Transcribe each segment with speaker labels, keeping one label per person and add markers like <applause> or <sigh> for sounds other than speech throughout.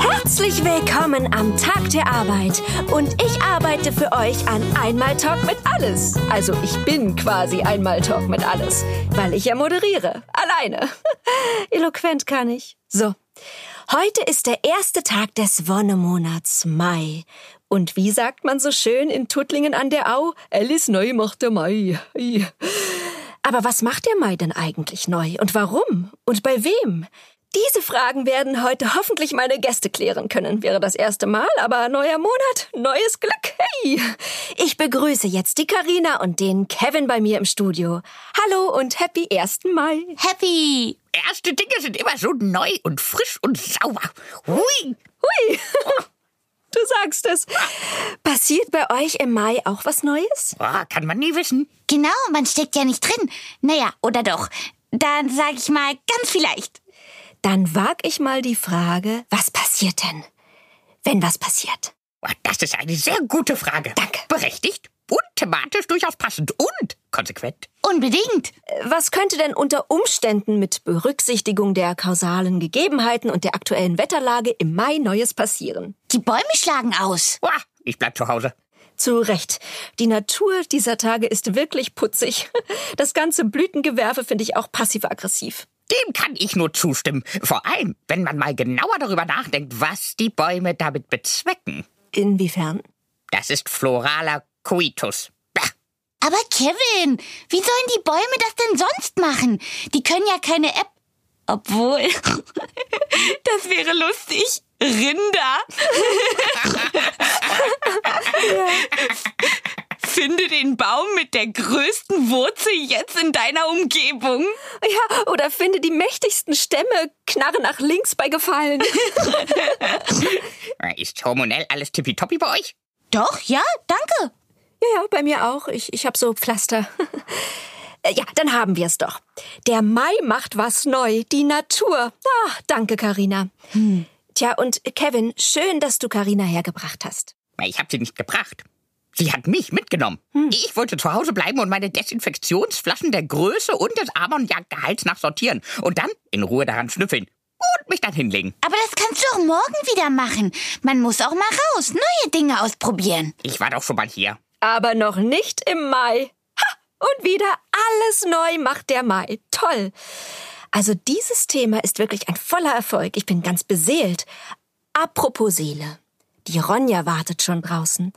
Speaker 1: Herzlich willkommen am Tag der Arbeit. Und ich arbeite für euch an Einmal Talk mit Alles. Also ich bin quasi Einmal Talk mit Alles, weil ich ja moderiere. Alleine. <laughs> Eloquent kann ich. So. Heute ist der erste Tag des Wonnemonats Mai. Und wie sagt man so schön in Tuttlingen an der Au? Alice neu macht der Mai. Ei. Aber was macht der Mai denn eigentlich neu? Und warum? Und bei wem? Diese Fragen werden heute hoffentlich meine Gäste klären können. Wäre das erste Mal, aber neuer Monat, neues Glück. Hey! Ich begrüße jetzt die Karina und den Kevin bei mir im Studio. Hallo und happy 1. Mai.
Speaker 2: Happy!
Speaker 3: Erste Dinge sind immer so neu und frisch und sauber. Hui!
Speaker 1: Hui! Du sagst es. Passiert bei euch im Mai auch was Neues?
Speaker 3: Oh, kann man nie wissen.
Speaker 2: Genau, man steckt ja nicht drin. Naja, oder doch. Dann sag ich mal ganz vielleicht.
Speaker 1: Dann wag ich mal die Frage, was passiert denn, wenn was passiert?
Speaker 3: Oh, das ist eine sehr gute Frage.
Speaker 1: Danke.
Speaker 3: Berechtigt und thematisch durchaus passend und konsequent.
Speaker 2: Unbedingt.
Speaker 1: Was könnte denn unter Umständen mit Berücksichtigung der kausalen Gegebenheiten und der aktuellen Wetterlage im Mai Neues passieren?
Speaker 2: Die Bäume schlagen aus.
Speaker 3: Oh, ich bleib zu Hause.
Speaker 1: Zu Recht. Die Natur dieser Tage ist wirklich putzig. <laughs> Das ganze Blütengewerbe finde ich auch passiv-aggressiv.
Speaker 3: Dem kann ich nur zustimmen. Vor allem, wenn man mal genauer darüber nachdenkt, was die Bäume damit bezwecken.
Speaker 1: Inwiefern?
Speaker 3: Das ist floraler Coitus. Bah.
Speaker 2: Aber Kevin, wie sollen die Bäume das denn sonst machen? Die können ja keine App. Obwohl. <laughs> das wäre lustig. Rinder. <laughs> Finde den Baum mit der größten Wurzel jetzt in deiner Umgebung.
Speaker 1: Ja, oder finde die mächtigsten Stämme, knarre nach links bei Gefallen.
Speaker 3: Ist hormonell alles tippitoppi bei euch?
Speaker 2: Doch, ja, danke.
Speaker 1: Ja, ja, bei mir auch. Ich, ich hab so Pflaster. <laughs> Äh, ja, dann haben wir es doch. Der Mai macht was neu. Die Natur. Ah, danke, Karina. Tja, und Kevin, schön, dass du Karina hergebracht hast.
Speaker 3: Ich habe sie nicht gebracht. Sie hat mich mitgenommen.
Speaker 4: Hm.
Speaker 3: Ich wollte zu Hause bleiben und meine Desinfektionsflaschen der Größe und des Ammoniakgehalts nach sortieren und dann in Ruhe daran schnüffeln und mich dann hinlegen.
Speaker 2: Aber das kannst du auch morgen wieder machen. Man muss auch mal raus, neue Dinge ausprobieren.
Speaker 3: Ich war doch schon mal hier.
Speaker 1: Aber noch nicht im Mai. Ha! Und wieder alles neu macht der Mai. Toll. Also dieses Thema ist wirklich ein voller Erfolg. Ich bin ganz beseelt. Apropos Seele. Die Ronja wartet schon draußen.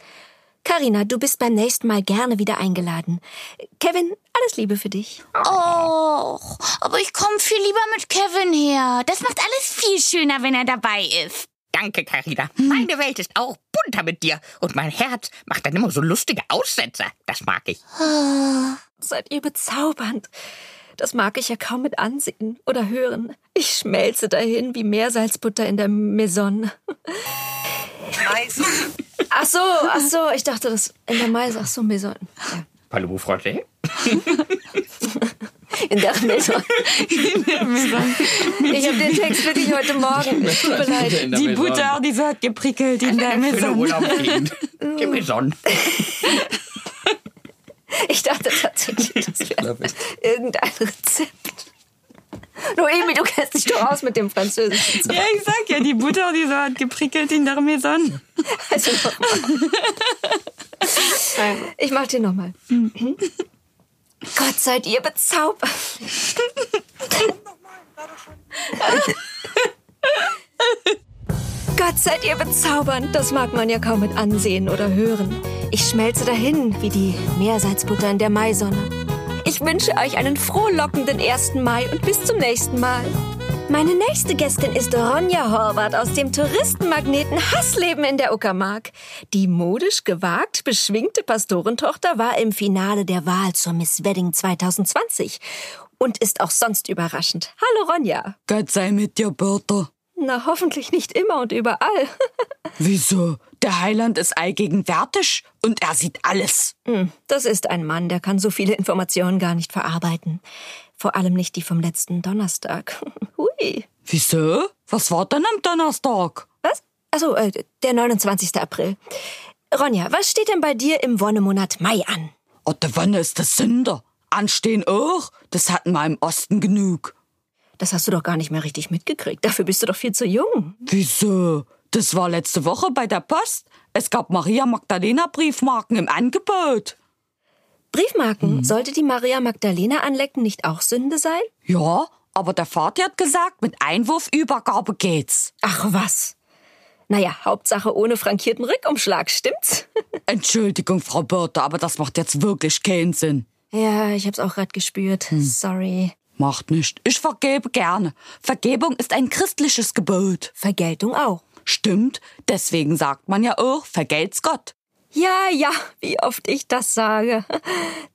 Speaker 1: Karina, du bist beim nächsten Mal gerne wieder eingeladen. Kevin, alles Liebe für dich.
Speaker 2: Oh, aber ich komme viel lieber mit Kevin her. Das macht alles viel schöner, wenn er dabei ist.
Speaker 3: Danke, Carina.
Speaker 4: Hm.
Speaker 3: Meine Welt ist auch bunter mit dir und mein Herz macht dann immer so lustige Aussetzer. Das mag ich.
Speaker 1: Seid ihr bezaubernd? Das mag ich ja kaum mit ansehen oder hören. Ich schmelze dahin wie Meersalzbutter in der Maison.
Speaker 5: Eis.
Speaker 1: Ach so, ach so, ich dachte, das in der Mais, ach so, Maison. Ja.
Speaker 3: Hallo, Freunde.
Speaker 1: In der Maison. Ich habe den Text wirklich heute Morgen. Es tut mir leid.
Speaker 4: Die Butter, die so hat geprickelt in der
Speaker 3: Schöne
Speaker 4: Maison.
Speaker 3: Urlaub
Speaker 4: <laughs>
Speaker 3: fliegen. Die Maison.
Speaker 1: <laughs> Ich dachte tatsächlich, das wäre irgendein Rezept. <laughs> Noemi, du kennst dich doch aus mit dem Französischen.
Speaker 4: Ja, ich sag ja, die Butter, die so hat geprickelt in der Maison.
Speaker 1: <laughs>
Speaker 4: <laughs>
Speaker 1: Also noch
Speaker 4: Also.
Speaker 1: mal. ich mach dir nochmal.
Speaker 4: Hm.
Speaker 1: Gott seid ihr bezaubert. Gott seid ihr bezaubernd, das mag man ja kaum mit ansehen oder hören. Ich schmelze dahin wie die Meersalzbutter in der Maisonne. Ich wünsche euch einen frohlockenden 1. Mai und bis zum nächsten Mal. Meine nächste Gästin ist Ronja Horvath aus dem Touristenmagneten Hassleben in der Uckermark. Die modisch gewagt beschwingte Pastorentochter war im Finale der Wahl zur Miss Wedding 2020 und ist auch sonst überraschend. Hallo Ronja.
Speaker 4: Gott sei mit dir, Bertha.
Speaker 1: Na, hoffentlich nicht immer und überall.
Speaker 4: Wieso? Der Heiland ist allgegenwärtig und er sieht alles.
Speaker 1: Hm, Das ist ein Mann, der kann so viele Informationen gar nicht verarbeiten. Vor allem nicht die vom letzten Donnerstag. <laughs> Hui.
Speaker 4: Wieso? Was war denn am Donnerstag?
Speaker 1: Was? Also äh, der 29. April. Ronja, was steht denn bei dir im Wonnemonat Mai an?
Speaker 4: Oh, der Wanne ist der Sünder. Anstehen auch? Das hatten wir im Osten genug.
Speaker 1: Das hast du doch gar nicht mehr richtig mitgekriegt. Dafür bist du doch viel zu jung.
Speaker 4: Wieso? Das war letzte Woche bei der Post. Es gab Maria Magdalena Briefmarken im Angebot.
Speaker 1: Briefmarken, sollte die Maria Magdalena anlecken nicht auch Sünde sein?
Speaker 4: Ja, aber der Vati hat gesagt, mit Einwurfübergabe geht's.
Speaker 1: Ach was. Naja, Hauptsache ohne frankierten Rückumschlag, stimmt's? <laughs>
Speaker 4: Entschuldigung, Frau Birte, aber das macht jetzt wirklich keinen Sinn.
Speaker 1: ja, ich hab's auch gerade gespürt. Sorry.
Speaker 4: Macht nicht. Ich vergebe gerne. Vergebung ist ein christliches Gebot.
Speaker 1: Vergeltung auch.
Speaker 4: Stimmt, deswegen sagt man ja auch, vergelt's Gott.
Speaker 1: Ja, ja, wie oft ich das sage.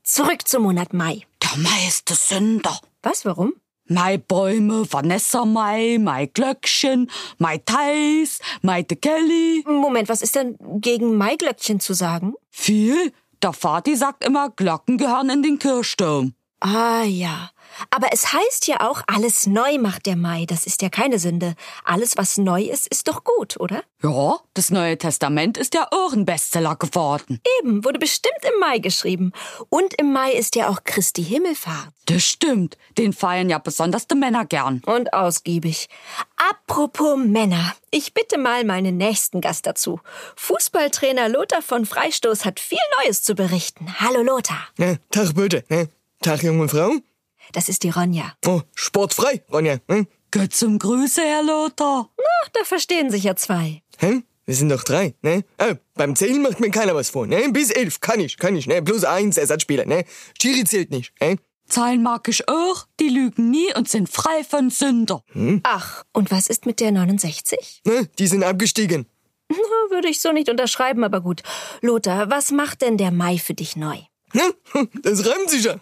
Speaker 1: Zurück zum Monat Mai.
Speaker 4: Der meiste Sünder.
Speaker 1: Was, warum?
Speaker 4: Mei Bäume, Vanessa Mai, Mei Glöckchen, Mei Theis, Mei de Kelly.
Speaker 1: Moment, was ist denn gegen Maiglöckchen zu sagen?
Speaker 4: Viel? Der Vati sagt immer, Glocken gehören in den Kirchturm.
Speaker 1: Ah ja. Aber es heißt ja auch, alles neu macht der Mai. Das ist ja keine Sünde. Alles, was neu ist, ist doch gut, oder?
Speaker 4: Ja, das Neue Testament ist ja auch ein Bestseller geworden.
Speaker 1: Eben, wurde bestimmt im Mai geschrieben. Und im Mai ist ja auch Christi Himmelfahrt.
Speaker 4: Das stimmt, den feiern ja besonders die Männer gern.
Speaker 1: Und ausgiebig. Apropos Männer. Ich bitte mal meinen nächsten Gast dazu. Fußballtrainer Lothar von Freistoß hat viel Neues zu berichten. Hallo Lothar.
Speaker 6: Ne, Tag Böte, ne? Tag junge Frau.
Speaker 1: Das ist die Ronja.
Speaker 6: Oh, sportfrei, Ronja. Ne?
Speaker 4: Gott zum Grüße, Herr Lothar.
Speaker 1: Ach, da verstehen sich ja zwei.
Speaker 6: Hä? Wir sind doch drei, ne? Oh, beim Zählen macht mir keiner was vor, ne? Bis elf, kann ich, kann ich, ne? Plus eins Ersatzspieler, ne? Chiri zählt nicht, ne?
Speaker 4: Zahlen mag ich auch, die lügen nie und sind frei von Sünder.
Speaker 1: Ach, und was ist mit der 69?
Speaker 6: ne? Die sind abgestiegen.
Speaker 1: Na, Würde ich so nicht unterschreiben, aber gut. Lothar, was macht denn der Mai für dich neu?
Speaker 6: Ne? Das reimt sich ja.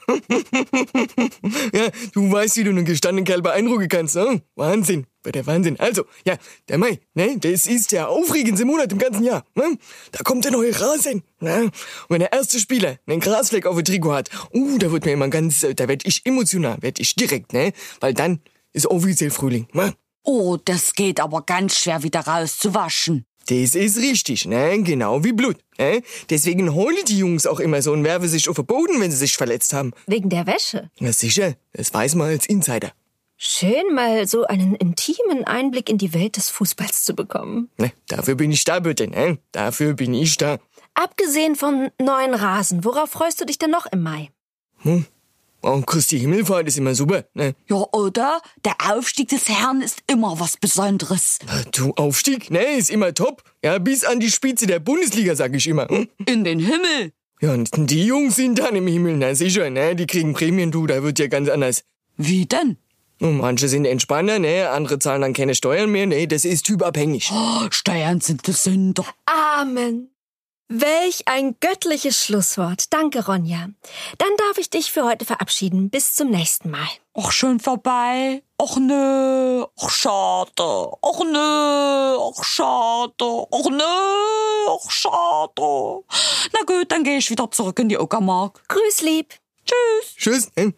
Speaker 6: ja, du weißt, wie du einen gestandenen Kerl beeindrucken kannst, ne? Wahnsinn, wird der Wahnsinn. Also, ja, der Mai, ne? Das ist der aufregendste Monat im ganzen Jahr, ne? Da kommt der neue Rasen, ne? Und wenn der erste Spieler einen Grasfleck auf dem Trikot hat, uh, da wird mir immer ganz, äh, da werd ich emotional, werd ich direkt, ne? Weil dann ist offiziell Frühling, ne?
Speaker 4: Oh, das geht aber ganz schwer wieder rauszuwaschen.
Speaker 6: Das ist richtig, ne? Genau wie Blut, ne? Deswegen heulen die Jungs auch immer so und werfen sich auf den Boden, wenn sie sich verletzt haben.
Speaker 1: Wegen der Wäsche.
Speaker 6: Na sicher, das weiß man als Insider.
Speaker 1: Schön, mal so einen intimen Einblick in die Welt des Fußballs zu bekommen.
Speaker 6: Ne, dafür bin ich da, bitte, ne? Dafür bin ich da.
Speaker 1: Abgesehen vom neuen Rasen, worauf freust du dich denn noch im Mai?
Speaker 6: Oh, Christi Himmelfahrt ist immer super, ne?
Speaker 4: Ja, oder? Der Aufstieg des Herrn ist immer was Besonderes.
Speaker 6: Du Aufstieg, ne? Ist immer top. Ja, bis an die Spitze der Bundesliga, sag ich immer. Hm?
Speaker 4: In den Himmel.
Speaker 6: Ja, und die Jungs sind dann im Himmel, na sicher, ne? Die kriegen Prämien, du, da wird ja ganz anders.
Speaker 4: Wie denn?
Speaker 6: Und manche sind entspannter, ne? Andere zahlen dann keine Steuern mehr, ne? Das ist typabhängig.
Speaker 4: Oh, Steuern sind die Sünder.
Speaker 1: Amen. Welch ein göttliches Schlusswort. Danke, Ronja. Dann darf ich dich für heute verabschieden. Bis zum nächsten Mal.
Speaker 4: Och, schön vorbei. Och, nö. Och, schade. Och, nö. Och, schade. Och, nö. Och, schade. Na gut, dann gehe ich wieder zurück in die Uckermark.
Speaker 1: Grüß lieb.
Speaker 4: Tschüss.
Speaker 6: Tschüss, ne?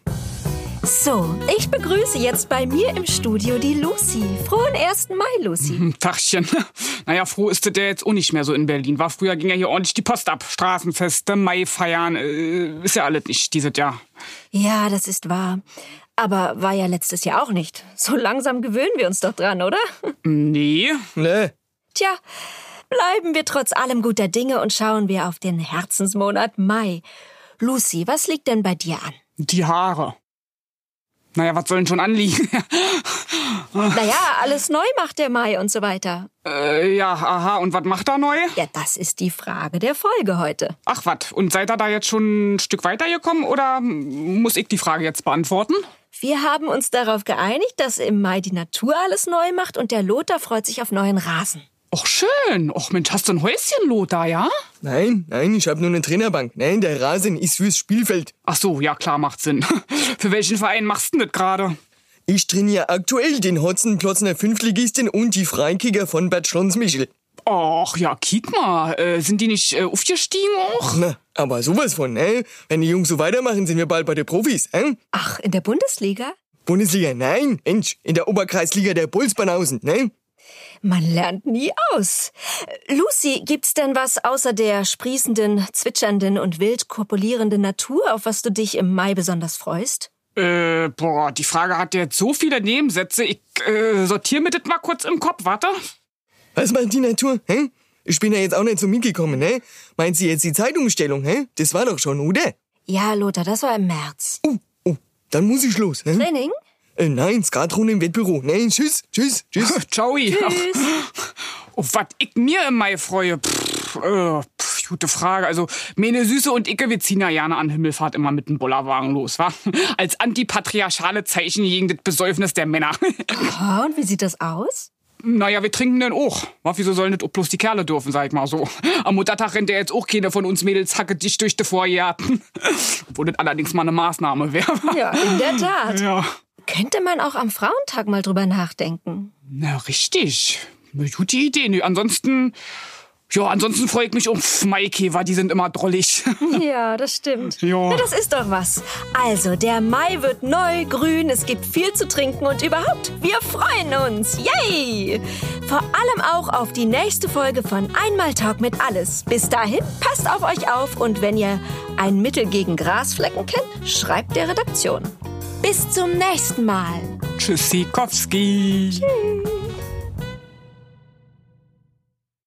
Speaker 1: So, ich begrüße jetzt bei mir im Studio die Lucy. Frohen 1. Mai, Lucy.
Speaker 7: Tachchen. <laughs> Naja, froh ist der jetzt auch nicht mehr so in Berlin. War früher ging ja hier ordentlich die Post ab. Straßenfeste, Maifeiern, äh, ist ja alles nicht dieses Jahr.
Speaker 1: Ja, das ist wahr. Aber war ja letztes Jahr auch nicht. So langsam gewöhnen wir uns doch dran, oder? <laughs>
Speaker 7: Nee.
Speaker 6: Ne?
Speaker 1: Tja, bleiben wir trotz allem guter Dinge und schauen wir auf den Herzensmonat Mai. Lucy, was liegt denn bei dir an?
Speaker 7: Die Haare. Naja, was sollen schon anliegen? <laughs>
Speaker 1: Naja, alles neu macht der Mai und so weiter.
Speaker 7: äh, ja, aha, und was macht er neu?
Speaker 1: Ja, das ist die Frage der Folge heute.
Speaker 7: Ach, was? Und seid ihr da jetzt schon ein Stück weitergekommen oder muss ich die Frage jetzt beantworten?
Speaker 1: Wir haben uns darauf geeinigt, dass im Mai die Natur alles neu macht und der Lothar freut sich auf neuen Rasen.
Speaker 7: Och, schön. Och, Mensch, hast du ein Häuschen, Lothar, ja?
Speaker 6: Nein, nein, ich hab nur eine Trainerbank. Nein, der Rasen ist fürs Spielfeld.
Speaker 7: Ach so, ja, klar, macht Sinn. <laughs> Für welchen Verein machst du denn das gerade?
Speaker 6: Ich trainiere aktuell den Hotzenplotzner Fünftligisten und die Freikicker von Bad Schlonsmichel.
Speaker 7: Ach ja, kiek mal. Äh, sind die nicht äh, aufgestiegen auch?
Speaker 6: Na, aber sowas von, ne? Wenn die Jungs so weitermachen, sind wir bald bei den Profis, äh?
Speaker 1: Ach, in der Bundesliga?
Speaker 6: Bundesliga, nein, Mensch, in der Oberkreisliga der Pulsbanausen, ne?
Speaker 1: Man lernt nie aus. Lucy, gibt's denn was außer der sprießenden, zwitschernden und wild kopulierenden Natur, auf was du dich im Mai besonders freust?
Speaker 7: Äh, boah, die Frage hat jetzt so viele Nebensätze. Ich äh, sortiere mir das mal kurz im Kopf, warte.
Speaker 6: Was macht die Natur, hä? Ich bin ja jetzt auch nicht zu mir gekommen, ne? Meint sie jetzt die Zeitumstellung, hä? Das war doch schon, oder?
Speaker 1: Ja, Lothar, das war im März.
Speaker 6: Oh, oh, dann muss ich los, ne?
Speaker 1: Training?
Speaker 6: Äh, nein, Skatrunde im Wettbüro. Nein, tschüss, tschüss, tschüss.
Speaker 7: Ciao. <laughs> Ach, Auf was Oh, ich mir im Mai freue. Pff, äh, pff, gute Frage. Also, meine Süße und Icke, wir ziehen ja gerne an Himmelfahrt immer mit dem Bollerwagen los, wa? <laughs> Als antipatriarchale Zeichen gegen das Besäufnis der Männer. <laughs>
Speaker 1: Aha, und wie sieht das aus?
Speaker 7: Naja, wir trinken denn auch. Wa, wieso sollen das auch bloß die Kerle dürfen, sag ich mal so. Am Muttertag rennt ja jetzt auch keiner von uns Mädels hacke dich durch die <laughs> Vorjahrten. Obwohl das allerdings mal eine Maßnahme wäre.
Speaker 1: Ja, in der Tat.
Speaker 7: Ja.
Speaker 1: Könnte man auch am Frauentag mal drüber nachdenken.
Speaker 7: Na, richtig. Eine gute Idee. Nö, ansonsten, ja, ansonsten freue ich mich um Maikäfer, die sind immer drollig. <laughs>
Speaker 1: Ja, das stimmt.
Speaker 7: Ja.
Speaker 1: Na, das ist doch was. Also, der Mai wird neu, grün, es gibt viel zu trinken und überhaupt, wir freuen uns. Yay! Vor allem auch auf die nächste Folge von Einmal Talk mit Alles. Bis dahin, passt auf euch auf und wenn ihr ein Mittel gegen Grasflecken kennt, schreibt der Redaktion. Bis zum nächsten Mal.
Speaker 7: Tschüssikowski.